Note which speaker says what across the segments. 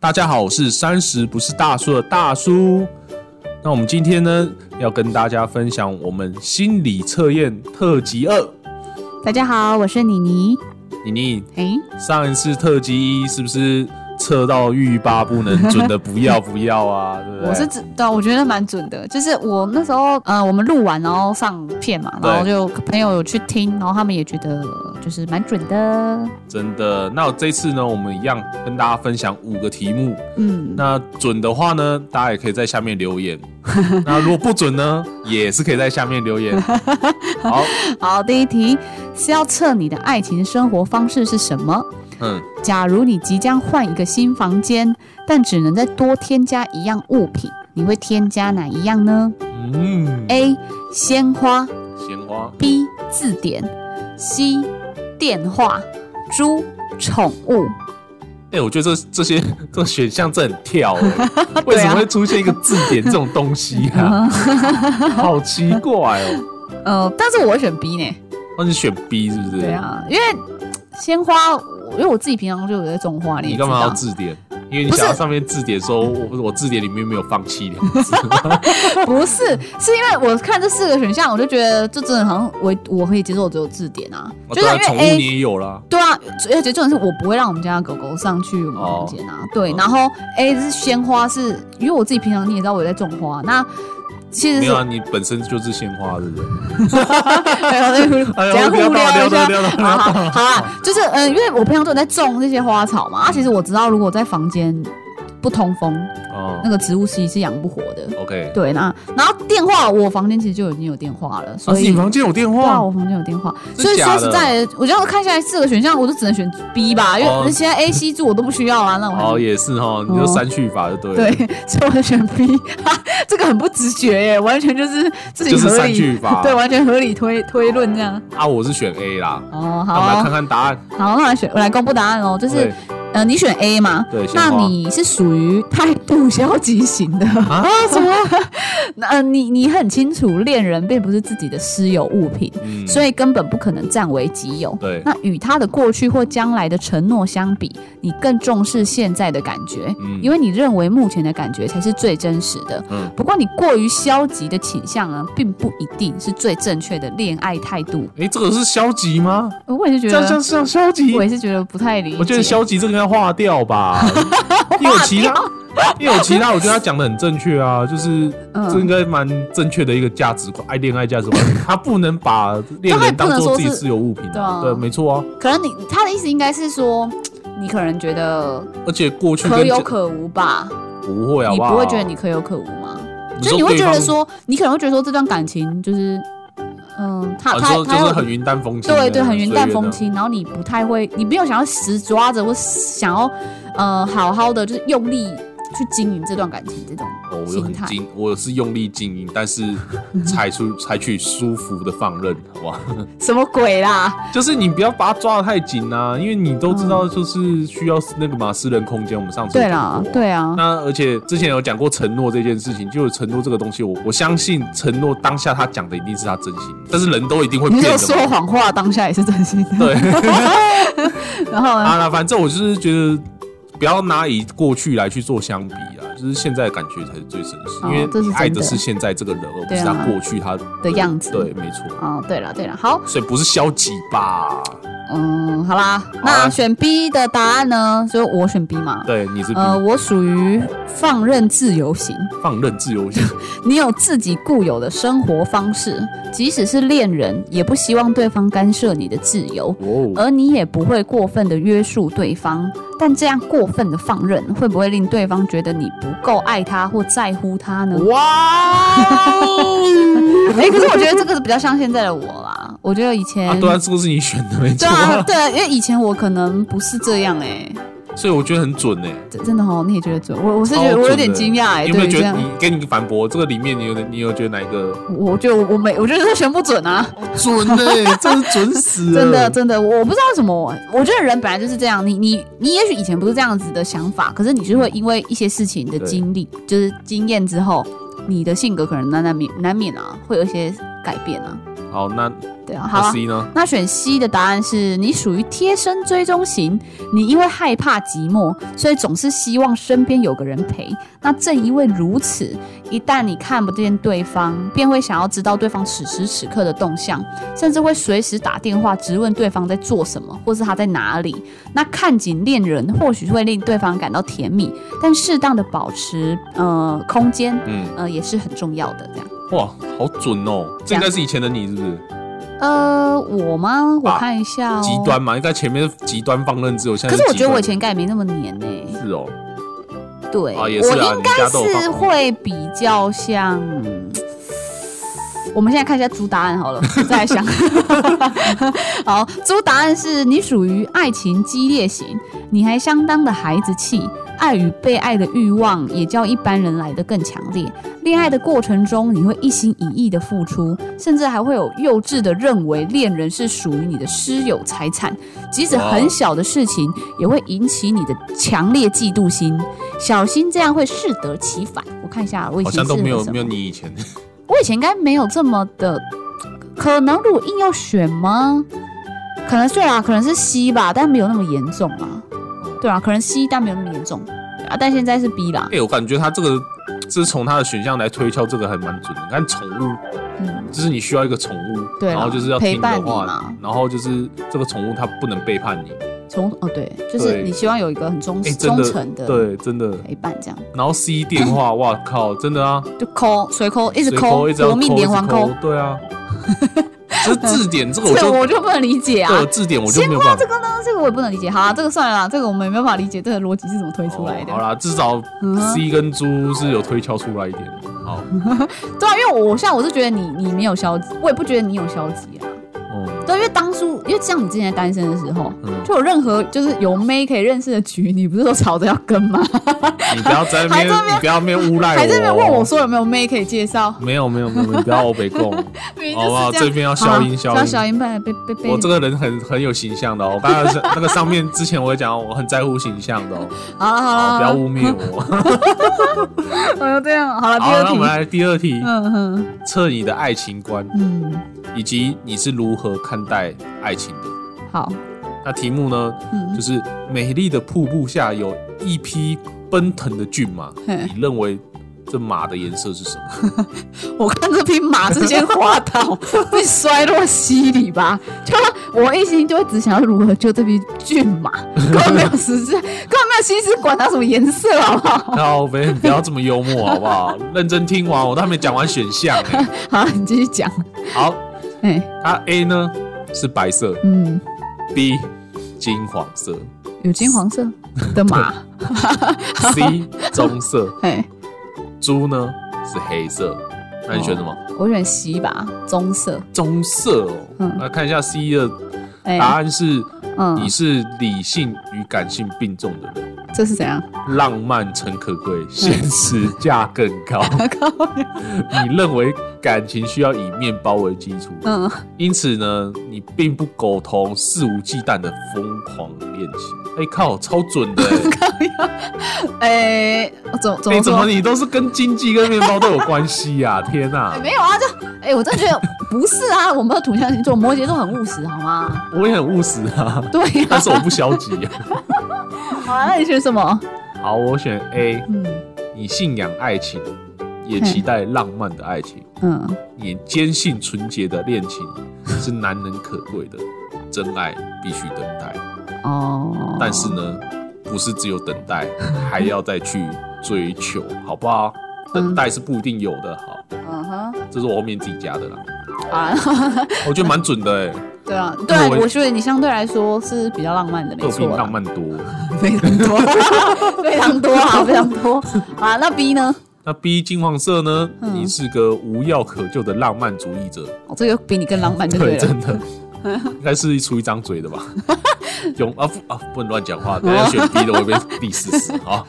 Speaker 1: 大家好，我是三十不是大叔的大叔。那我们今天呢，要跟大家分享我们心理测验特辑二。
Speaker 2: 大家好，我是妮妮。
Speaker 1: 妮妮，
Speaker 2: 哎，
Speaker 1: 上一次特辑一是不是测到欲罢不能，准的不要不要啊？ 对不对？
Speaker 2: 我是指对啊，我觉得蛮准的。就是我那时候，呃，我们录完然后上片嘛，
Speaker 1: 对
Speaker 2: 然后就朋友有去听，然后他们也觉得就是蛮准的。
Speaker 1: 真的。那这次呢，我们一样跟大家分享五个题目。
Speaker 2: 嗯，
Speaker 1: 那准的话呢，大家也可以在下面留 言。那如果不准呢，也是可以在下面留 言。好，
Speaker 2: 好，第一题是要测你的爱情生活方式是什么。
Speaker 1: 嗯，
Speaker 2: 假如你即将换一个新房间，但只能再多添加一样物品，你会添加哪一样呢
Speaker 1: 嗯，
Speaker 2: ？A. 鲜花
Speaker 1: 鲜花，
Speaker 2: B 字典，C 电话，猪宠物。
Speaker 1: 哎、我觉得这这些这个选项这很跳、 欸，为
Speaker 2: 啊
Speaker 1: 什么会出现一个字典这种东西 啊？好奇怪哦、
Speaker 2: 呃，但是我会选 B 呢。
Speaker 1: 那你选 B 是不是？
Speaker 2: 对，啊，因为鲜花，我因为我自己平常就有在种花，你
Speaker 1: 你
Speaker 2: 也知
Speaker 1: 干嘛要
Speaker 2: 道。
Speaker 1: 字典？因为你
Speaker 2: 不是
Speaker 1: 想要上面字典说，我我字典里面没有放弃两个字，
Speaker 2: 不是，是因为我看这四个选项，我就觉得这真的好像我我可以接受只有字典啊，
Speaker 1: 哦
Speaker 2: 就是
Speaker 1: 对啊，
Speaker 2: 因
Speaker 1: 宠物
Speaker 2: 为 A
Speaker 1: 你也有啦，
Speaker 2: 对啊，而且重点是我不会让我们家的狗狗上去我们房间啊。对，
Speaker 1: 嗯
Speaker 2: 然后 A 是鲜花是，因为我自己平常你也知道我有在种花，那其实
Speaker 1: 没
Speaker 2: 是
Speaker 1: 有 啊，你本身就是鲜花，对不对？
Speaker 2: 没有在互
Speaker 1: 哎呦
Speaker 2: 怎样互
Speaker 1: 撩到
Speaker 2: 撩一下
Speaker 1: 撩到 撩到撩？到
Speaker 2: 好好好啦，
Speaker 1: 哦
Speaker 2: 就是嗯、呃因为我平常都有在种这些花草嘛，啊，其实我知道如果在房间不通风，
Speaker 1: 哦
Speaker 2: 那个植物其实是养不活的。
Speaker 1: ，OK，
Speaker 2: 对，那然后电话，我房间其实就已经有电话了，
Speaker 1: 啊，
Speaker 2: 所
Speaker 1: 是你
Speaker 2: 以。
Speaker 1: 房间有电
Speaker 2: 对啊，
Speaker 1: 话
Speaker 2: 我房间有电话，
Speaker 1: 真
Speaker 2: 所以
Speaker 1: 假
Speaker 2: 说
Speaker 1: 的
Speaker 2: 实在的，我就要看下来四个选项，我就只能选 B 吧，因
Speaker 1: 哦
Speaker 2: 为现在 A、C 住我都不需要啊，那我还
Speaker 1: 哦，
Speaker 2: 是
Speaker 1: 也是哈，你就删去法就对了，
Speaker 2: 对，所以我就选 B，哈， 这个很不直觉耶，完全就是自己
Speaker 1: 就是
Speaker 2: 合
Speaker 1: 删去
Speaker 2: 理，
Speaker 1: 法，
Speaker 2: 对，完全合理推推论这样。
Speaker 1: 啊，我是选 A 啦，
Speaker 2: 哦，
Speaker 1: 那
Speaker 2: 好
Speaker 1: 我们
Speaker 2: 啊
Speaker 1: 来看看答案，
Speaker 2: 好，那我来选，我来公布答案哦，就是
Speaker 1: OK，
Speaker 2: 呃，你选 A 嘛，
Speaker 1: 对，鲜
Speaker 2: 那
Speaker 1: 花
Speaker 2: 你是属于态度消极型的
Speaker 1: 啊
Speaker 2: 什么？那呃，你你很清楚，恋人并不是自己的私有物品，
Speaker 1: 嗯
Speaker 2: 所以根本不可能占为己有。
Speaker 1: 对，
Speaker 2: 那与他的过去或将来的承诺相比，你更重视现在的感觉，
Speaker 1: 嗯
Speaker 2: 因为你认为目前的感觉才是最真实的。
Speaker 1: 嗯
Speaker 2: 不过，你过于消极的倾向呢，并不一定是最正确的恋爱态度。
Speaker 1: 哎、这个是消极吗？
Speaker 2: 呃我也是
Speaker 1: 这
Speaker 2: 觉
Speaker 1: 样
Speaker 2: 得
Speaker 1: 像像消极
Speaker 2: 我，也是觉得不太理解。
Speaker 1: 我觉得消极这个应该划掉 吧。因为有其他，因为有其他，我觉得他讲的很正确啊，就是
Speaker 2: 嗯
Speaker 1: 这应该蛮正确的一个价值观，爱恋爱价值 观，他不能把恋人当做自己私有物品
Speaker 2: 对啊
Speaker 1: 对，没错啊。
Speaker 2: 可能你他的意思应该是说，你可能觉得
Speaker 1: 而且过去
Speaker 2: 可
Speaker 1: 跟
Speaker 2: 有可无吧？
Speaker 1: 不会好啊
Speaker 2: 你
Speaker 1: 不好？
Speaker 2: 不会觉得你可有可无吗？
Speaker 1: 你
Speaker 2: 就
Speaker 1: 说
Speaker 2: 你会觉
Speaker 1: 对
Speaker 2: 得
Speaker 1: 方，
Speaker 2: 说，你可能会觉得说这段感情就是，嗯，他
Speaker 1: 啊你
Speaker 2: 他
Speaker 1: 说
Speaker 2: 他
Speaker 1: 就是
Speaker 2: 要
Speaker 1: 很云淡风轻的，啊
Speaker 2: 对对，很云淡风
Speaker 1: 随
Speaker 2: 轻，然后你不太会，你没有想要死抓着或想要呃好好的就是用力去经营这段感情这
Speaker 1: 便
Speaker 2: 种
Speaker 1: 的。哦，我
Speaker 2: 心
Speaker 1: 很
Speaker 2: 态。
Speaker 1: 精，我是用力经营，但 是采取采取舒服的放任，好不好？
Speaker 2: 什么鬼啦？
Speaker 1: 就是你不要把它抓得太紧啊，因为你都知道，就是需要那个嘛私人空间。我们上次有
Speaker 2: 嗯对
Speaker 1: 讲
Speaker 2: 啦
Speaker 1: 过，。
Speaker 2: 对啊，
Speaker 1: 那而且之前有讲过承诺这件事情，就是承诺这个东西，我我相信承诺当下他讲的一定是他真心，但是人都一定会
Speaker 2: 你
Speaker 1: 变
Speaker 2: 有
Speaker 1: 的
Speaker 2: 说
Speaker 1: 嘛。
Speaker 2: 谎话当下也是真心的，
Speaker 1: 对
Speaker 2: 然后呢？
Speaker 1: 啊，反正我就是觉得不要拿以过去来去做相比啊，就是现在的感觉才是最真实，因
Speaker 2: 哦
Speaker 1: 为
Speaker 2: 这是
Speaker 1: 你爱的
Speaker 2: 真的
Speaker 1: 是现在这个人，而不
Speaker 2: 对
Speaker 1: 是
Speaker 2: 啊
Speaker 1: 他过去他
Speaker 2: 的样子
Speaker 1: 对，没错，
Speaker 2: 哦，对了对了，好，
Speaker 1: 所以不是消极吧？
Speaker 2: 嗯，好啦，
Speaker 1: 好啦啊
Speaker 2: 那选 B 的答案呢？所以我选 B 嘛。
Speaker 1: 对，你是
Speaker 2: 呃，我属于放任自由型，
Speaker 1: 放任自由 行，
Speaker 2: 你有自己固有的生活方式，即使是恋人，也不希望对方干涉你的自由，
Speaker 1: 哦，
Speaker 2: 而你也不会过分的约束对方。但这样过分的放任，会不会令对方觉得你不够爱他或在乎他
Speaker 1: 哦
Speaker 2: 呢？
Speaker 1: 哇哦！
Speaker 2: 哎、可是我觉得这个是比较像现在的我啦。我觉得以前、
Speaker 1: 啊，对啊，这个是你选的，没错
Speaker 2: 哎对
Speaker 1: 啊，
Speaker 2: 啊，对啊，因为以前我可能不是这样哎、
Speaker 1: 所以我觉得很准哎。
Speaker 2: 真真的哦，你也觉得准？我我是
Speaker 1: 超
Speaker 2: 觉得我有
Speaker 1: 准
Speaker 2: 点
Speaker 1: 的
Speaker 2: 惊讶哎，
Speaker 1: 你有没
Speaker 2: 对
Speaker 1: 有
Speaker 2: 这
Speaker 1: 觉得
Speaker 2: 样，
Speaker 1: 你跟你反驳这个里面，你有你有觉得哪一个
Speaker 2: 我我觉得我我没，我觉得他选不准啊，
Speaker 1: 准呢、真 是啊准死
Speaker 2: 真的真的，我我不知道为什么我，我觉得人本来就是这样，你你你也许以前不是这样子的想法，可是你是会因为一些事情的
Speaker 1: 嗯对
Speaker 2: 经历，就是经验之后，你的性格可能难难免难免啊，会有一些改变啊，
Speaker 1: 好，那
Speaker 2: 对啊，好
Speaker 1: 那
Speaker 2: 啊。
Speaker 1: C 呢？
Speaker 2: 那选 C 的答案是你属于贴身追踪型，你因为害怕寂寞，所以总是希望身边有个人陪。那正因为如此，一旦你看不见对方，便会想要知道对方此时此刻的动向，甚至会随时打电话质问对方在做什么，或是他在哪里。那看紧恋人或许会令对方感到甜蜜，但适当的保持呃空间，
Speaker 1: 嗯，
Speaker 2: 呃也是很重要的。这样，
Speaker 1: 哇，好准哦！这应该是以前的你，是不是？
Speaker 2: 呃，我吗？我
Speaker 1: 啊
Speaker 2: 看一下、哦，
Speaker 1: 极端嘛，应该前面是极端放任自由，现在
Speaker 2: 可是我
Speaker 1: 极
Speaker 2: 觉得我
Speaker 1: 端
Speaker 2: 以前应该也没那么黏欸呢、
Speaker 1: 是哦，
Speaker 2: 对，
Speaker 1: 啊
Speaker 2: 我
Speaker 1: 也是啊，
Speaker 2: 应
Speaker 1: 你家都有
Speaker 2: 该是
Speaker 1: 放
Speaker 2: 会比较像。我们现在看一下猪答案好了， 再来想。好，猪答案是你属于爱情激烈型，你还相当的孩子气，爱与被爱的欲望也较一般人来的更强烈。恋爱的过程中，你会一心一意的付出，甚至还会有幼稚的认为恋人是属于你的私有财产，即使
Speaker 1: 哦
Speaker 2: 很小的事情也会引起你的强烈嫉妒心。小心这样会适得其反。我看一下，我以
Speaker 1: 好
Speaker 2: 前
Speaker 1: 像都
Speaker 2: 是
Speaker 1: 没有
Speaker 2: 什么
Speaker 1: 没有你以前，
Speaker 2: 我以前应该没有这么的，可能如果硬要选吗？可能对啊，可能是 C 吧，但没有那么严重啊。对啊，可能 C 但没有那么严重对啊，但现在是 B 啦。
Speaker 1: 哎、我感觉他这个，这是从他的选项来推敲，这个还蛮准的。你看宠物，
Speaker 2: 嗯，
Speaker 1: 就是你需要一个宠物，
Speaker 2: 对啊
Speaker 1: 然后就是要听
Speaker 2: 陪伴
Speaker 1: 的
Speaker 2: 你
Speaker 1: 话
Speaker 2: 嘛，
Speaker 1: 然后就是这个宠物它不能背叛你，
Speaker 2: 从哦对，就是
Speaker 1: 对
Speaker 2: 你希望有一个很忠
Speaker 1: 哎、真
Speaker 2: 忠
Speaker 1: 的，
Speaker 2: 诚的
Speaker 1: 对，真的。
Speaker 2: 陪伴，这样
Speaker 1: 然后 C 电话，哇靠，真的 啊，
Speaker 2: 就抠随抠一直
Speaker 1: 随扣
Speaker 2: 抠
Speaker 1: 一直要
Speaker 2: 夺命
Speaker 1: 扣
Speaker 2: 连环
Speaker 1: 扣
Speaker 2: 抠，，
Speaker 1: 对 啊。这字典这个我
Speaker 2: 这
Speaker 1: 就
Speaker 2: 个我就不能理解啊。
Speaker 1: 对字典我就没有办法。
Speaker 2: 那这个我也不能理解，好啊，这个算了啦，这个我们也没有办法理解这个逻辑是怎么推出来的。
Speaker 1: 哦好啦，至少
Speaker 2: 嗯哼
Speaker 1: C 跟猪是有推敲出来一点的。好，
Speaker 2: 对啊，因为我现在我是觉得你你没有消极，我也不觉得你有消极啊。
Speaker 1: 嗯
Speaker 2: 对，因为当初因为像你之前在单身的时候，
Speaker 1: 嗯，
Speaker 2: 就有任何就是有妹可以认识的局，你不是都吵着要跟吗？
Speaker 1: 你不要在那边，
Speaker 2: 还在那边
Speaker 1: 你不要那边诬赖我，
Speaker 2: 还在那边问我，说有没有妹可以介绍，
Speaker 1: 没有没有没有，你不要欧北 共，好
Speaker 2: 明明
Speaker 1: 不好？
Speaker 2: 就是这
Speaker 1: 这
Speaker 2: 样。啊
Speaker 1: 边要
Speaker 2: 好
Speaker 1: 消
Speaker 2: 啦
Speaker 1: 音消
Speaker 2: 这样
Speaker 1: 音。
Speaker 2: 消音，不然被被被
Speaker 1: 我这个人很很有形象的哦，我刚才是那个上 面之前我也讲，我很在乎形象的哦，
Speaker 2: 好了好
Speaker 1: 好
Speaker 2: 了，
Speaker 1: 不要污蔑我。
Speaker 2: 我要这样好了。第
Speaker 1: 好，
Speaker 2: 二
Speaker 1: 那我们
Speaker 2: 题，
Speaker 1: 来第二题，
Speaker 2: 嗯嗯
Speaker 1: 测你的爱情观
Speaker 2: 嗯，
Speaker 1: 以及你是如何看待爱情的。
Speaker 2: 好，
Speaker 1: 那题目呢，
Speaker 2: 嗯
Speaker 1: 就是美丽的瀑布下有一匹奔腾的骏 马，
Speaker 2: 嘿
Speaker 1: 你认为这马的颜色是什么？
Speaker 2: 我看这匹马是先滑倒，被摔落溪里吧？就我一心就会只想要如何救这匹骏马，根本没有实质，根本没有心思管它什么颜色，好不好？
Speaker 1: 靠北，你不要这么幽默好不 好？认真听完，我都还没讲完选项、欸。
Speaker 2: 好，你继续讲。
Speaker 1: 好，
Speaker 2: 哎、
Speaker 1: 它 A 呢是白色
Speaker 2: 嗯，
Speaker 1: ，B 金黄色
Speaker 2: 有金黄色的马，
Speaker 1: ，C 棕色，
Speaker 2: 哎、
Speaker 1: 猪呢是黑色。那你选什么？
Speaker 2: 我选西吧，棕色。
Speaker 1: 棕色哦。
Speaker 2: 嗯
Speaker 1: 那看一下 C 的
Speaker 2: 哎、
Speaker 1: 答案是，
Speaker 2: 嗯
Speaker 1: 你，是理性与感性并重的人。
Speaker 2: 这是怎样？
Speaker 1: 浪漫诚可贵，现实嗯价更高。 你认为感情需要以面包为基础，
Speaker 2: 嗯，
Speaker 1: 因此呢，你并不苟同肆无忌惮的疯狂恋情。哎、靠，超准 的、欸！
Speaker 2: 哎、我怎么怎
Speaker 1: 哎、
Speaker 2: 么
Speaker 1: 怎
Speaker 2: 说？
Speaker 1: 么你都是跟经济跟面包都有关系呀、天哪、
Speaker 2: 哎没有啊，就哎、我真的觉得不是啊， 我们的土象星座摩羯座很务实，好吗？
Speaker 1: 我也很务实啊，
Speaker 2: 对呀、
Speaker 1: 但是我不消极、啊。
Speaker 2: 好啊，那你选什么？
Speaker 1: 好，我选 A。
Speaker 2: 嗯
Speaker 1: 你信仰爱情，也
Speaker 2: 嘿
Speaker 1: 期待浪漫的爱情。
Speaker 2: 嗯。
Speaker 1: 也坚信纯洁的恋情是难能可贵的，真爱必须等待。
Speaker 2: 哦，
Speaker 1: 但是呢，不是只有等待，还要再去追求，好不好？等待是不一定有的，好，
Speaker 2: 嗯哼，
Speaker 1: 这是我后面自己加的啦，
Speaker 2: 啊，
Speaker 1: 我觉得蛮准的哎、
Speaker 2: 对啊，对啊
Speaker 1: 我，
Speaker 2: 我觉得你相对来说是比较浪漫 的，没
Speaker 1: 都比
Speaker 2: 错啊啦，
Speaker 1: 浪漫多。
Speaker 2: 非常多，非常多啊，非常多啊。那 B 呢？
Speaker 1: 那 B 金黄色呢？
Speaker 2: 嗯
Speaker 1: 你是个无药可救的浪漫主义者，
Speaker 2: 我、哦这个比你更浪漫 就
Speaker 1: 对，
Speaker 2: 了。
Speaker 1: 真的，应该是出一张嘴的吧？ 永啊不啊，不能乱讲 话，等一下选 B 的我会被第四死啊！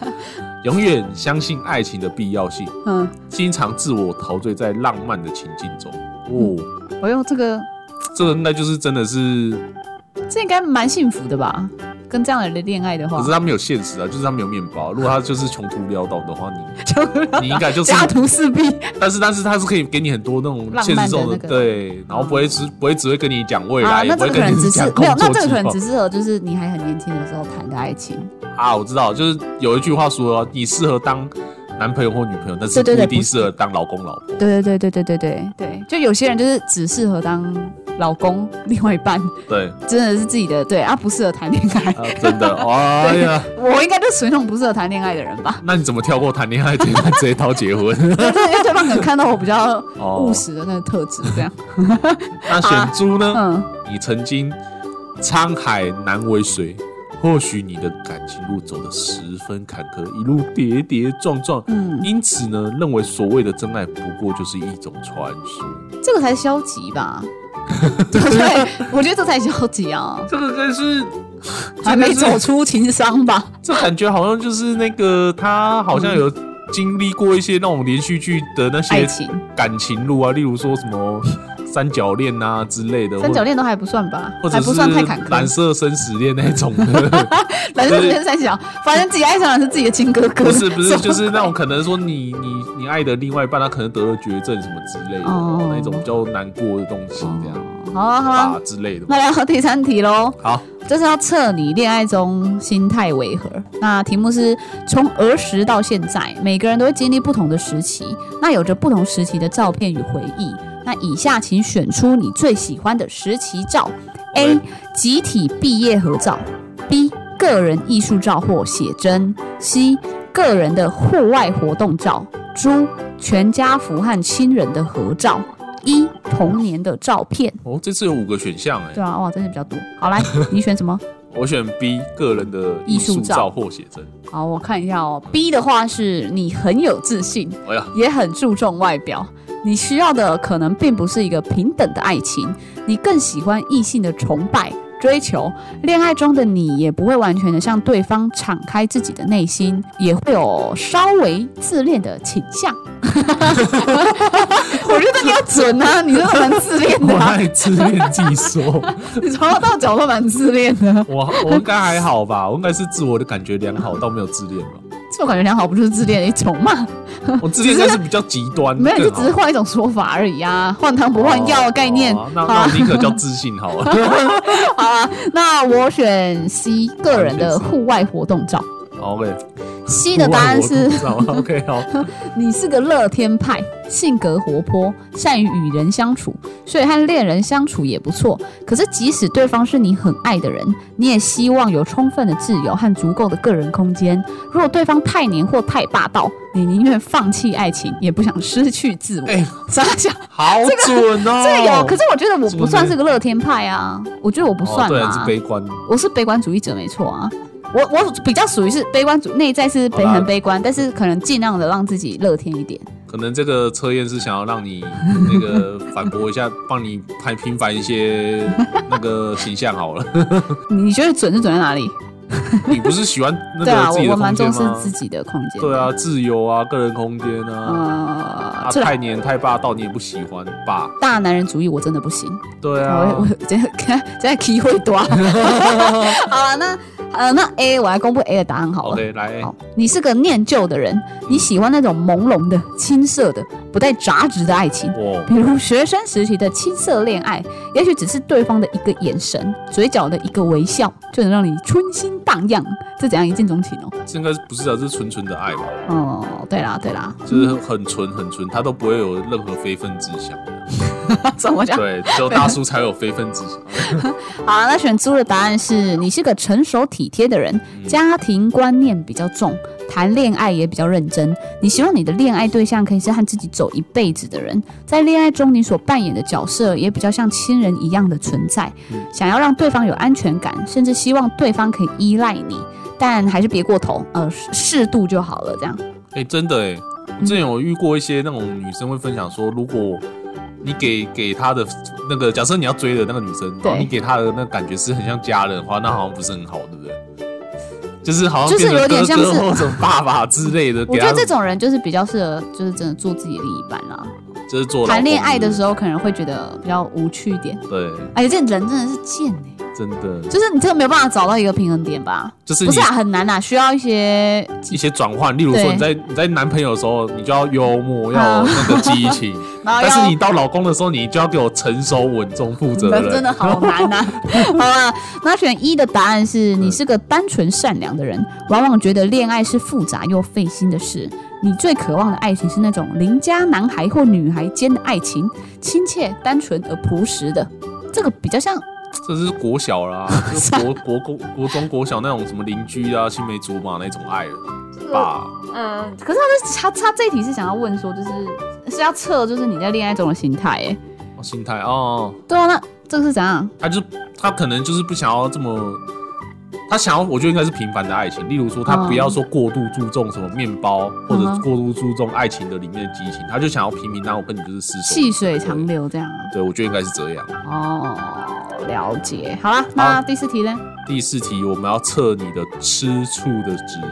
Speaker 1: 永远相信爱情的必要性，
Speaker 2: 嗯，
Speaker 1: 经常自我陶醉在浪漫的情境中。
Speaker 2: 嗯
Speaker 1: 哦，
Speaker 2: 哎我用这个，
Speaker 1: 这个应该就是真的是
Speaker 2: 这应该蛮幸福的吧？跟这样的人恋爱的话
Speaker 1: 可是，他没有现实啊，就是他没有面包。 如果他就是穷途潦倒的话，你
Speaker 2: 就
Speaker 1: 你应该就是
Speaker 2: 家徒四壁。
Speaker 1: 但是但是他是可以给你很多那种
Speaker 2: 浪漫的
Speaker 1: 现实中的
Speaker 2: 那个
Speaker 1: 对，然后不会只不会只会跟你讲未来，
Speaker 2: 啊，
Speaker 1: 也
Speaker 2: 那
Speaker 1: 不会
Speaker 2: 这个可
Speaker 1: 跟
Speaker 2: 能
Speaker 1: 你
Speaker 2: 只是
Speaker 1: 讲
Speaker 2: 没
Speaker 1: 工
Speaker 2: 有，
Speaker 1: 作
Speaker 2: 那这个可
Speaker 1: 计
Speaker 2: 能
Speaker 1: 划
Speaker 2: 只适合就是你还很年轻的时候谈的爱情。
Speaker 1: 啊。我知道，就是有一句话说，啊你适合当男朋友或女朋友，但是
Speaker 2: 对对
Speaker 1: 不
Speaker 2: 对
Speaker 1: 一定
Speaker 2: 不是
Speaker 1: 适合当老公老婆。
Speaker 2: 对对对对对对对对，就有些人就是只适合当老公，另外一半
Speaker 1: 对，
Speaker 2: 真的是自己的对啊，不适合谈恋 爱。
Speaker 1: 啊，真的，哎呀，
Speaker 2: 我应该就属于那种不适合谈恋爱的人 吧，
Speaker 1: 那你怎么跳过谈恋爱这一段，直接到结 婚？
Speaker 2: 就是因为对方可能看到我比较
Speaker 1: 哦
Speaker 2: 务，实的那个特质，这样。
Speaker 1: 那选猪呢？
Speaker 2: 嗯，
Speaker 1: 你曾经沧海难为水，或许你的感情路走得十分坎坷，一路跌跌撞撞。
Speaker 2: 嗯
Speaker 1: 因此呢，认为所谓的真爱不过就是一种传说。
Speaker 2: 这个才消 极吧？对不对？我觉得这才消极啊，
Speaker 1: 这个真是
Speaker 2: 还没走出情伤吧？
Speaker 1: 这感觉好像就是那个他好像有经历过一些那种连续剧的那
Speaker 2: 爱
Speaker 1: 些
Speaker 2: 情
Speaker 1: 感情路啊，例如说什么三角恋啊之类的，
Speaker 2: 三角恋都还不算吧
Speaker 1: 或，者
Speaker 2: 还
Speaker 1: 或者
Speaker 2: 不
Speaker 1: 是
Speaker 2: 算太坎坷。
Speaker 1: 蓝色生死恋那种 的。
Speaker 2: 蓝色恋三小，反正自己爱上的是自己的亲哥哥。
Speaker 1: 不是不是
Speaker 2: 什，么
Speaker 1: 就是那种可能说你你你爱的另外一半，他可能得了绝症什么之类的，
Speaker 2: 哦
Speaker 1: 那种比较难过的东西这样
Speaker 2: 好啊好啊
Speaker 1: 啊，之类的吧。
Speaker 2: 那来到第三题喽，
Speaker 1: 好，
Speaker 2: 就是要测你恋爱中心态为何。那题目是从儿时到现在，每个人都会经历不同的时期，那有着不同时期的照片与回忆。那以下请选出你最喜欢的时期照：A. 集体毕业合照；B. 个人艺术照或写真；C. 个人的户外活动照；D. 全家福和亲人的合照；E. 童年的照片。
Speaker 1: 哦，这次有五个选项哎、
Speaker 2: 对啊，哇，真的比较多。好，来，你选什么？
Speaker 1: 我选 B 个人的
Speaker 2: 艺
Speaker 1: 艺
Speaker 2: 术
Speaker 1: 术
Speaker 2: 照
Speaker 1: 照或写真。
Speaker 2: 好，我看一下哦。B 的话是你很有自信，
Speaker 1: 哎呀，
Speaker 2: 也很注重外表。你需要的可能并不是一个平等的爱情，你更喜欢异性的崇拜、追求。恋爱中的你也不会完全的向对方敞开自己的内心，也会有稍微自恋的倾向。 我觉得你要准啊，你真的蛮自恋的、
Speaker 1: 我
Speaker 2: 啊，
Speaker 1: 爱自恋自己说，
Speaker 2: 你从头到脚都蛮自恋的。
Speaker 1: 我我应该还好吧，我应该是自我的感觉良好，倒没有自恋吧。
Speaker 2: 这种感觉良好不就是自恋的一种吗？
Speaker 1: 我自恋应该是比较极端，
Speaker 2: 没有，就
Speaker 1: 更好
Speaker 2: 只是换一种说法而已啊，换汤不换药的概念。
Speaker 1: 哦那
Speaker 2: 好啊
Speaker 1: 那我宁可叫自信好了。
Speaker 2: 好啊，那我选 C 个人的户外活动照。
Speaker 1: OK，
Speaker 2: C 的答案是
Speaker 1: 户外活动照 OK 好。
Speaker 2: 你是个乐天派，性格活泼，善于与人相处，所以和恋人相处也不错。可是即使对方是你很爱的人，你也希望有充分的自由和足够的个人空间。如果对方太黏或太霸道，你宁愿放弃爱情，也不想失去自我。
Speaker 1: 哎
Speaker 2: 傻笑。
Speaker 1: 好准哦！
Speaker 2: 这个有，可是我觉得我
Speaker 1: 是
Speaker 2: 不
Speaker 1: 不是
Speaker 2: 算是个乐天派啊，我觉得我不
Speaker 1: 哦
Speaker 2: 算
Speaker 1: 对啊，
Speaker 2: 啊，
Speaker 1: 是悲观。
Speaker 2: 我是悲观主义者没错啊，我我比较属于是悲观主，内在是悲
Speaker 1: 好啦
Speaker 2: 很悲观，但是可能尽量的让自己乐天一点。
Speaker 1: 可能这个测验是想要让你那个反驳一下，帮你拍平反一些那个形象好了。
Speaker 2: 你觉得准是准在哪里？
Speaker 1: 你不是喜欢那
Speaker 2: 对啊，
Speaker 1: 个
Speaker 2: 我
Speaker 1: 自己
Speaker 2: 我
Speaker 1: 的
Speaker 2: 蛮
Speaker 1: 空
Speaker 2: 重
Speaker 1: 间
Speaker 2: 视
Speaker 1: 吗
Speaker 2: 自？己的空间。
Speaker 1: 对，啊，自由啊，个人空间啊，
Speaker 2: 呃
Speaker 1: 啊，
Speaker 2: 这
Speaker 1: 太黏太霸道你也不喜欢吧？
Speaker 2: 大男人主义我真的不行，
Speaker 1: 对啊
Speaker 2: 我，我真的真的体会多。 好了，那呃那 A 我来公布 A 的答案好了。
Speaker 1: OK 来
Speaker 2: 好，你是个念旧的人，你喜欢那种朦胧的、青涩的、不带杂质的爱情。
Speaker 1: 哇，
Speaker 2: 比如学生时期的青涩恋爱，也许只是对方的一个眼神、嘴角的一个微笑，就能让你春心荡漾。这怎样一见钟情哦？
Speaker 1: 这应该不是啊，这是纯纯的爱吧？
Speaker 2: 哦，对啦，对啦，
Speaker 1: 就是很纯很纯，他都不会有任何非分之 想。
Speaker 2: 怎么讲？
Speaker 1: 对，只有大叔才有非分之想。
Speaker 2: 好啊，那选猪的答案是你是个成熟体贴的人，家庭观念比较重，谈恋爱也比较认真。你希望你的恋爱对象可以是和自己走一辈子的人，在恋爱中你所扮演的角色也比较像亲人一样的存在。想要让对方有安全感，甚至希望对方可以依赖你，但还是别过头，呃，适适度就好了。这样，
Speaker 1: 哎、真的哎、我之前有遇过一些那种女生会分享说，如果你给给她的那个，假设你要追的那个女生，
Speaker 2: 对
Speaker 1: 你给她的那感觉是很像家人的话，那好像不是很好，对不对？就是好像
Speaker 2: 就是
Speaker 1: 变成
Speaker 2: 有点
Speaker 1: 哥
Speaker 2: 像是
Speaker 1: 哥或者爸爸之类的，
Speaker 2: 我
Speaker 1: 给
Speaker 2: 觉
Speaker 1: 她
Speaker 2: 得这种人就是比较适合，就是真的做自己的另一半啦。
Speaker 1: 就是做
Speaker 2: 谈恋爱的时
Speaker 1: 候，
Speaker 2: 候可能会觉得比较无趣一点，
Speaker 1: 对，
Speaker 2: 而且这人真的是贱哎、
Speaker 1: 真的
Speaker 2: 就是你这个没有办法找到一个平衡点吧？
Speaker 1: 就是
Speaker 2: 不
Speaker 1: 你
Speaker 2: 是啊，很难啊，需要一些
Speaker 1: 一些转换，例如说
Speaker 2: 对
Speaker 1: 你在你在男朋友的时候，你就要幽 默，要有
Speaker 2: 啊
Speaker 1: 那个激 情；
Speaker 2: 然后
Speaker 1: 但
Speaker 2: 哦要
Speaker 1: 是你到老公的时候，你就要给我成熟、稳重、负责任。
Speaker 2: 真的好 难呐、好了，那选一的答案是
Speaker 1: 嗯
Speaker 2: 你是个单纯善良的人，往往觉得恋爱是复杂又费心的事。你最渴望的爱情是那种邻家男孩或女孩间的爱情，亲切、单纯而朴实的。这个比较像
Speaker 1: 这是国小 啦，就是国国国国中国小那种什么邻居啊、青梅竹马那种爱吧。
Speaker 2: 呃，可是他这他他这一题是想要问说，就是是要测，就是你在恋爱中的心态，哎，
Speaker 1: 哦心态哦，
Speaker 2: 对啊，那这个是怎样？
Speaker 1: 他就是他可能就是不想要这么，他想要我觉得应该是平凡的爱情，例如说他
Speaker 2: 嗯
Speaker 1: 不要说过度注重什么面包，或
Speaker 2: 嗯
Speaker 1: 者
Speaker 2: 哼
Speaker 1: 过度注重爱情的里面的激情，他就想要平平淡，淡，跟你就是厮守。
Speaker 2: 细水长流这样啊？
Speaker 1: 对，我觉得应该是这样。
Speaker 2: 哦，了解。好啦，那
Speaker 1: 好
Speaker 2: 第四题呢？
Speaker 1: 第四题，我们要测你的吃醋的指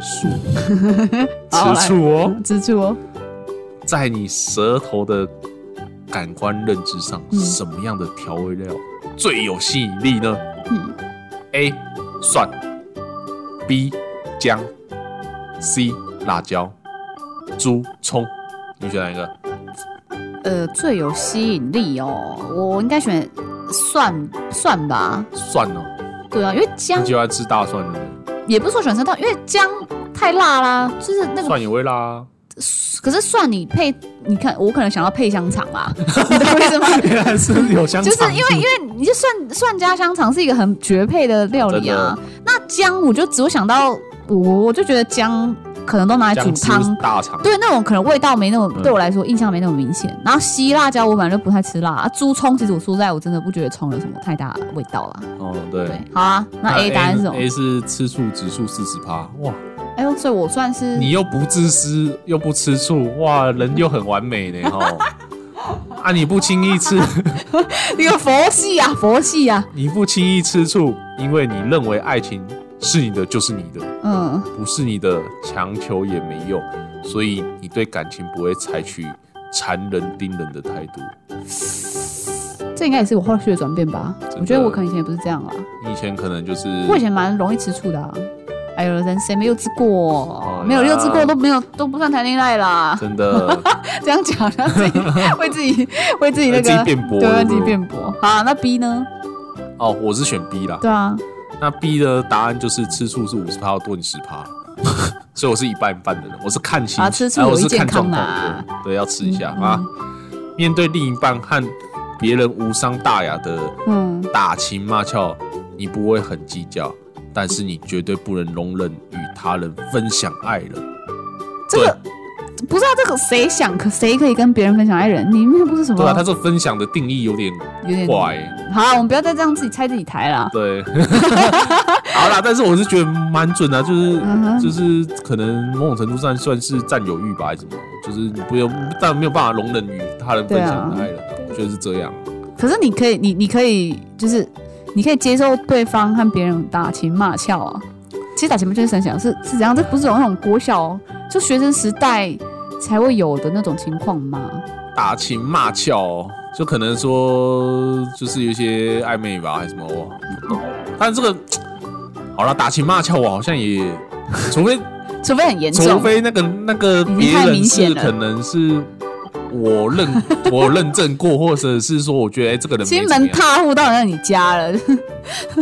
Speaker 1: 数，
Speaker 2: 好
Speaker 1: 吃醋哦，
Speaker 2: 支柱哦。
Speaker 1: 在你舌头的感官认知上，
Speaker 2: 嗯
Speaker 1: 什么样的调味料最有吸引力呢
Speaker 2: 嗯
Speaker 1: ？A. 蒜，B. 姜，C. 辣椒，猪葱，你选哪一个？
Speaker 2: 呃，最有吸引力哦，我应该选蒜蒜吧？
Speaker 1: 蒜哦，
Speaker 2: 对啊，因为姜
Speaker 1: 你喜欢吃大蒜的，
Speaker 2: 也不是说喜欢吃到，因为姜太辣啦，就是那个。
Speaker 1: 蒜也会辣、啊。
Speaker 2: 可是蒜你配，你看我可能想要配香肠 啦，你懂我意思吗？
Speaker 1: 原来 是有香
Speaker 2: 就是因为
Speaker 1: 为
Speaker 2: 因为你就蒜蒜加香肠是一个很绝配的料理啊。那姜我就只有想到我我就觉得姜可能都拿来煮
Speaker 1: 姜
Speaker 2: 汤
Speaker 1: 汁，大肠，
Speaker 2: 对，那种可能味道没那么，
Speaker 1: 嗯
Speaker 2: 对我来说印象没那么明显。然后西辣椒我本来就不太吃辣，啊、猪葱其实我说实在我真的不觉得葱有什么太大的味道啦。
Speaker 1: 哦
Speaker 2: 对
Speaker 1: 对。，
Speaker 2: 好啊，那 A 答案是什么？
Speaker 1: ？A 是吃醋指数四十趴，哇！
Speaker 2: 哎呦，所以我算是
Speaker 1: 你又不自私，又不吃醋，哇，人又很完美呢哈。啊，你不轻易吃，
Speaker 2: 你个佛系啊，佛系啊，
Speaker 1: 你不轻易吃醋，因为你认为爱情是你的就是你的，
Speaker 2: 嗯，
Speaker 1: 不是你的强求也没用，所以你对感情不会采取缠人盯人的态度。
Speaker 2: 这应该也是我后续的转变吧
Speaker 1: 的。嗯
Speaker 2: 我觉得我可能以前也不是这样啦，啊
Speaker 1: 你以前可能就是
Speaker 2: 我以前蛮容易吃醋的、啊。哎呦，人谁没幼稚过
Speaker 1: 好？
Speaker 2: 没有
Speaker 1: 啦
Speaker 2: 幼稚过都没有都不算谈恋爱啦。
Speaker 1: 真 的
Speaker 2: 这样讲，然后自己 为自己为自己那
Speaker 1: 为
Speaker 2: 个
Speaker 1: 自己辩驳
Speaker 2: 对，
Speaker 1: 对
Speaker 2: 为
Speaker 1: 不
Speaker 2: 自
Speaker 1: 对
Speaker 2: 己辩驳。好啊，那 B 呢？
Speaker 1: 哦，我是选 B 啦。
Speaker 2: 对啊，
Speaker 1: 那 B 的答案就是吃醋是五十趴，多你十趴， 所以我是一半一半的人，我是看心情，
Speaker 2: 啊吃醋
Speaker 1: 哎
Speaker 2: 有
Speaker 1: 我
Speaker 2: 益
Speaker 1: 是
Speaker 2: 健
Speaker 1: 看
Speaker 2: 康
Speaker 1: 状况
Speaker 2: 啦
Speaker 1: 的，对，要吃一下、
Speaker 2: 嗯
Speaker 1: 啊。面对另一半和别人无伤大雅的
Speaker 2: 嗯，
Speaker 1: 打情骂俏，你不会很计较，但是你绝对不能容忍与他人分享爱人。
Speaker 2: 这个不是啊，这个谁想可谁可以跟别人分享爱人？你那不是什
Speaker 1: 对
Speaker 2: 么？
Speaker 1: 对啊，他这分享的定义有点
Speaker 2: 有点
Speaker 1: 怪、欸
Speaker 2: 好啊，我们不要再这样自己拆自己台啦。
Speaker 1: 对， 好啦，但是我是觉得蛮准的啊、就是、
Speaker 2: 嗯哼
Speaker 1: 就是可能某种程度上算是占有欲吧，还是什么，就是你不用，但没有办法容忍与他人分享的爱人，
Speaker 2: 啊
Speaker 1: 我觉得是这样。
Speaker 2: 可是你可以，你你可以，就是你可以接受对方和别人打情骂俏啊。其实打情骂俏是很想是是怎样？这不是有那种国小哦就学生时代才会有的那种情况吗？
Speaker 1: 打情骂俏、哦，就可能说就是有一些暧昧吧，还是什么，我不懂。但这个好了，打情骂俏，我好像也，除非
Speaker 2: 除非很严
Speaker 1: 除
Speaker 2: 重，
Speaker 1: 非那个那个
Speaker 2: 经
Speaker 1: 别
Speaker 2: 太
Speaker 1: 人
Speaker 2: 明显
Speaker 1: 是
Speaker 2: 了
Speaker 1: 可能是我认 我认证过，或者是说我觉得、哎这个人没
Speaker 2: 亲
Speaker 1: 怎么
Speaker 2: 门
Speaker 1: 样
Speaker 2: 踏户到人家你家了。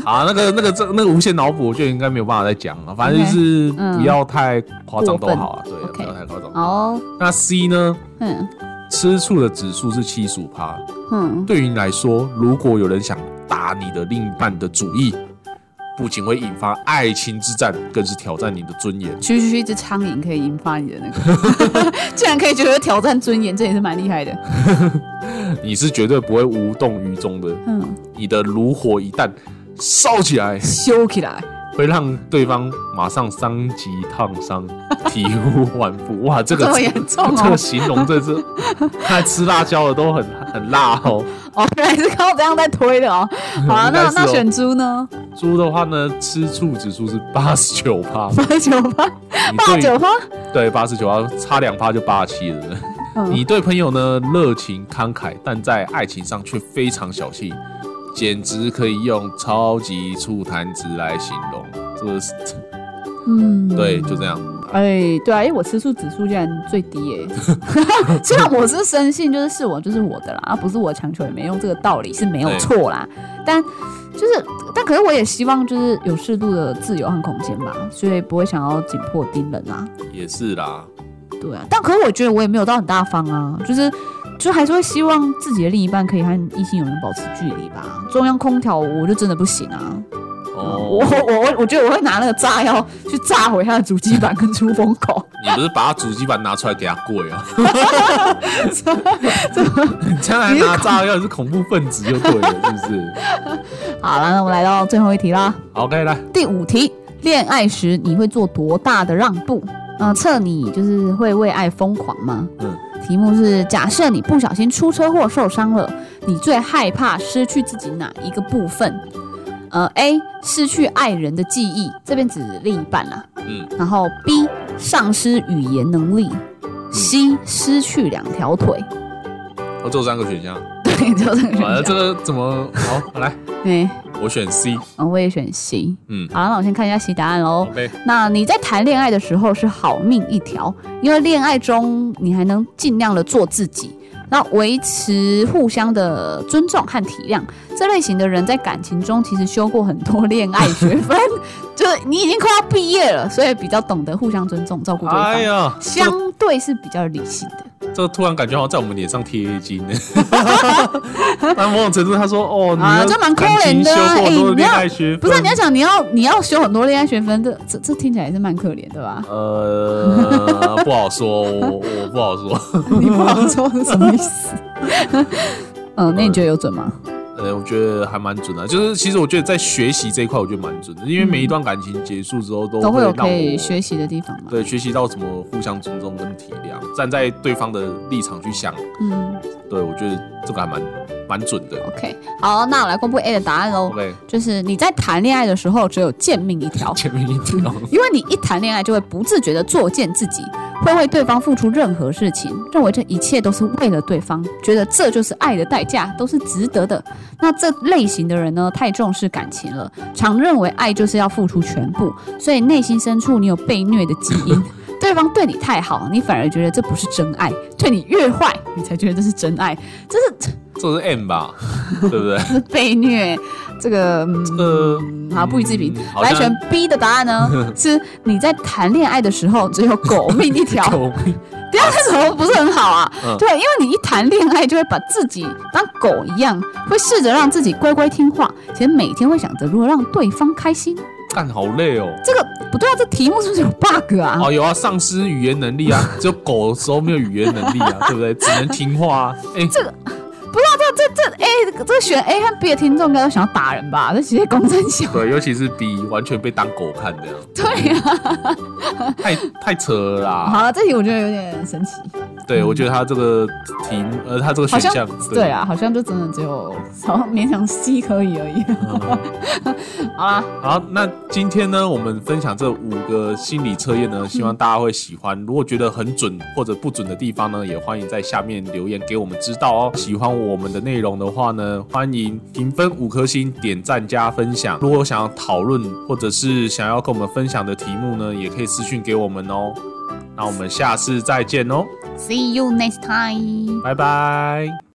Speaker 1: 啊，那个那个这那个无限脑补，我觉得应该没有办法再讲了。反正
Speaker 2: OK，
Speaker 1: 就是
Speaker 2: 嗯
Speaker 1: 不要太夸张都
Speaker 2: 过分
Speaker 1: 好啊，对，不
Speaker 2: OK
Speaker 1: 要太夸张。
Speaker 2: 哦，
Speaker 1: 那 C 呢？
Speaker 2: 嗯
Speaker 1: 吃醋的指数是七十五趴。
Speaker 2: 嗯，
Speaker 1: 对于你来说，如果有人想打你的另一半的主意，不仅会引发爱情之战，更是挑战你的尊严。
Speaker 2: 区区一只苍蝇可以引发你的那个，竟然可以觉得挑战尊严，这也是蛮厉害的。
Speaker 1: 你是绝对不会无动于衷的。
Speaker 2: 嗯，
Speaker 1: 你的炉火一旦烧起来，
Speaker 2: 修起来，
Speaker 1: 会让对方马上伤及烫伤，体无完肤。 哇，这
Speaker 2: 这
Speaker 1: 个
Speaker 2: 么严重
Speaker 1: 这
Speaker 2: 哦
Speaker 1: 个！形容真是， 看吃辣椒的都很很辣哦。
Speaker 2: 哦，原来是靠这样在推的哦。好啊，
Speaker 1: 应该
Speaker 2: 那
Speaker 1: 是
Speaker 2: 那
Speaker 1: 哦
Speaker 2: 选猪呢？
Speaker 1: 猪的话呢，吃醋指数是八十九趴，
Speaker 2: 八九八，
Speaker 1: 你
Speaker 2: 八
Speaker 1: 对
Speaker 2: 九八，
Speaker 1: 对八十九趴，差两趴就八十七了。
Speaker 2: 嗯
Speaker 1: 你对朋友呢热情慷慨，但在爱情上却非常小气，简直可以用超级醋坛子来形容。这个是
Speaker 2: 嗯，
Speaker 1: 对，就这样。
Speaker 2: 哎，对啊，因为我吃素指数竟然最低哎、虽然我是深信就是是我就是我的啦，啊不是我强求也没用，这个道理是没有错啦。但就是，但可是我也希望就是有适度的自由和空间吧，所以不会想要紧迫盯人啊。
Speaker 1: 也是啦，
Speaker 2: 对啊，但可是我觉得我也没有到很大方啊，就是就还是会希望自己的另一半可以和异性友人保持距离吧。中央空调我就真的不行啊，我
Speaker 1: 哦，
Speaker 2: 我我我觉得我会拿那个炸药去炸毁他的主机板跟出风口。
Speaker 1: 你不是把他主机板拿出来给他跪啊？你将来拿炸药你是恐怖分子就对了，是不是
Speaker 2: 好了，那我们来到最后一题啦。
Speaker 1: ？OK，来，
Speaker 2: 第五题，恋爱时你会做多大的让步？嗯、测你就是会为爱疯狂吗？
Speaker 1: 嗯
Speaker 2: 题目是：假设你不小心出车祸受伤了，你最害怕失去自己哪一个部分？呃，A 失去爱人的记忆，这边指另一半啦。
Speaker 1: 嗯，
Speaker 2: 然后 B 丧失语言能力，C
Speaker 1: 嗯
Speaker 2: 失去两条腿。
Speaker 1: 我做三个选项，
Speaker 2: 对，就这个选
Speaker 1: 完了
Speaker 2: 项。
Speaker 1: 这个怎么好？来，
Speaker 2: 对，
Speaker 1: 我选 C。
Speaker 2: 嗯我也选 C。
Speaker 1: 嗯
Speaker 2: 好，那我先看一下 C 答案喽。
Speaker 1: OK，
Speaker 2: 那你在谈恋爱的时候是好命一条，因为恋爱中你还能尽量的做自己，那维持互相的尊重和体谅。这类型的人在感情中其实修过很多恋爱学分， 就是你已经快要毕业了，所以比较懂得互相尊重、照顾对方，
Speaker 1: 哎呀，这个
Speaker 2: 相对是比较理性的。
Speaker 1: 这个突然感觉好像在我们脸上贴金呢。那某种程度，他说：“哦，你
Speaker 2: 啊
Speaker 1: 的
Speaker 2: 这蛮
Speaker 1: 感
Speaker 2: 可
Speaker 1: 情
Speaker 2: 怜的啊
Speaker 1: 修过很多
Speaker 2: 哎
Speaker 1: 恋爱学分，？
Speaker 2: 不是啊你要讲你要你要修很多恋爱学分，这这这听起来也是蛮可怜的吧
Speaker 1: 呃，不好说，我我不好说。
Speaker 2: 你不好说是什么意思？ 嗯，那你觉得有准吗？
Speaker 1: 呃，我觉得还蛮准的，啊就是其实我觉得在学习这一块，我觉得蛮准的，因为每一段感情结束之后都
Speaker 2: 都会
Speaker 1: 会
Speaker 2: 有
Speaker 1: 让
Speaker 2: 可以
Speaker 1: 我
Speaker 2: 学习的地方嘛。
Speaker 1: 对学习到什么互相尊重跟体谅，站在对方的立场去想，
Speaker 2: 嗯
Speaker 1: 对我觉得这个还蛮蛮准的。
Speaker 2: ，OK，好，那我来公布 A 的答案喽。
Speaker 1: OK，，
Speaker 2: 就是你在谈恋爱的时候只有贱命一条
Speaker 1: 前面一条，
Speaker 2: 因为你一谈恋爱就会不自觉的作践自己，会为对方付出任何事情，认为这一切都是为了对方，觉得这就是爱的代价，都是值得的。那这类型的人呢，太重视感情了，常认为爱就是要付出全部，所以内心深处你有被虐的基因。对方对你太好，你反而觉得这不是真爱；对你越坏，你才觉得这是真爱。
Speaker 1: 这是 M 吧，对不对？
Speaker 2: 被虐，这个嗯，
Speaker 1: 呃，
Speaker 2: 好不予置评
Speaker 1: 嗯。好
Speaker 2: 来
Speaker 1: 像
Speaker 2: 选 B 的答 案呢，是你在谈恋爱的时候只有狗命一条，
Speaker 1: 狗命
Speaker 2: 不要这怎么不是很好啊？
Speaker 1: 嗯
Speaker 2: 对，因为你一谈恋爱就会把自己当狗一样，会试着让自己乖乖听话，且每天会想着如何让对方开心。
Speaker 1: 干好累哦。
Speaker 2: 这个不对啊，这题目是不是有 bug 啊？
Speaker 1: 哦，有啊，丧失语言能力啊，只有狗的时候没有语言能力啊，对不对？只能听话啊。哎、
Speaker 2: 这个选 A 和 B 的听众应该都想要打人吧？这直接公真小。
Speaker 1: 对，尤其是 B 完全被当狗看这样，
Speaker 2: 对啊，
Speaker 1: 太太扯了啦。
Speaker 2: 好了，这题我觉得有点神奇。
Speaker 1: 对，我觉得他这个题目，呃，他这个选项，
Speaker 2: 对，嗯啊，好像就真的只有好像勉强 C 可以而已。
Speaker 1: 嗯
Speaker 2: 好啦，
Speaker 1: 好，那今天呢，我们分享这五个心理测验呢，希
Speaker 2: 嗯
Speaker 1: 望大家会喜欢。如果觉得很准或者不准的地方呢，也欢迎在下面留言给我们知道哦。喜欢我们的内容的话呢，欢迎评分五颗星、点赞加分享。如果想要讨论或者是想要跟我们分享的题目呢，也可以私讯给我们哦。那我们下次再见哦，
Speaker 2: See you next time.
Speaker 1: 拜拜。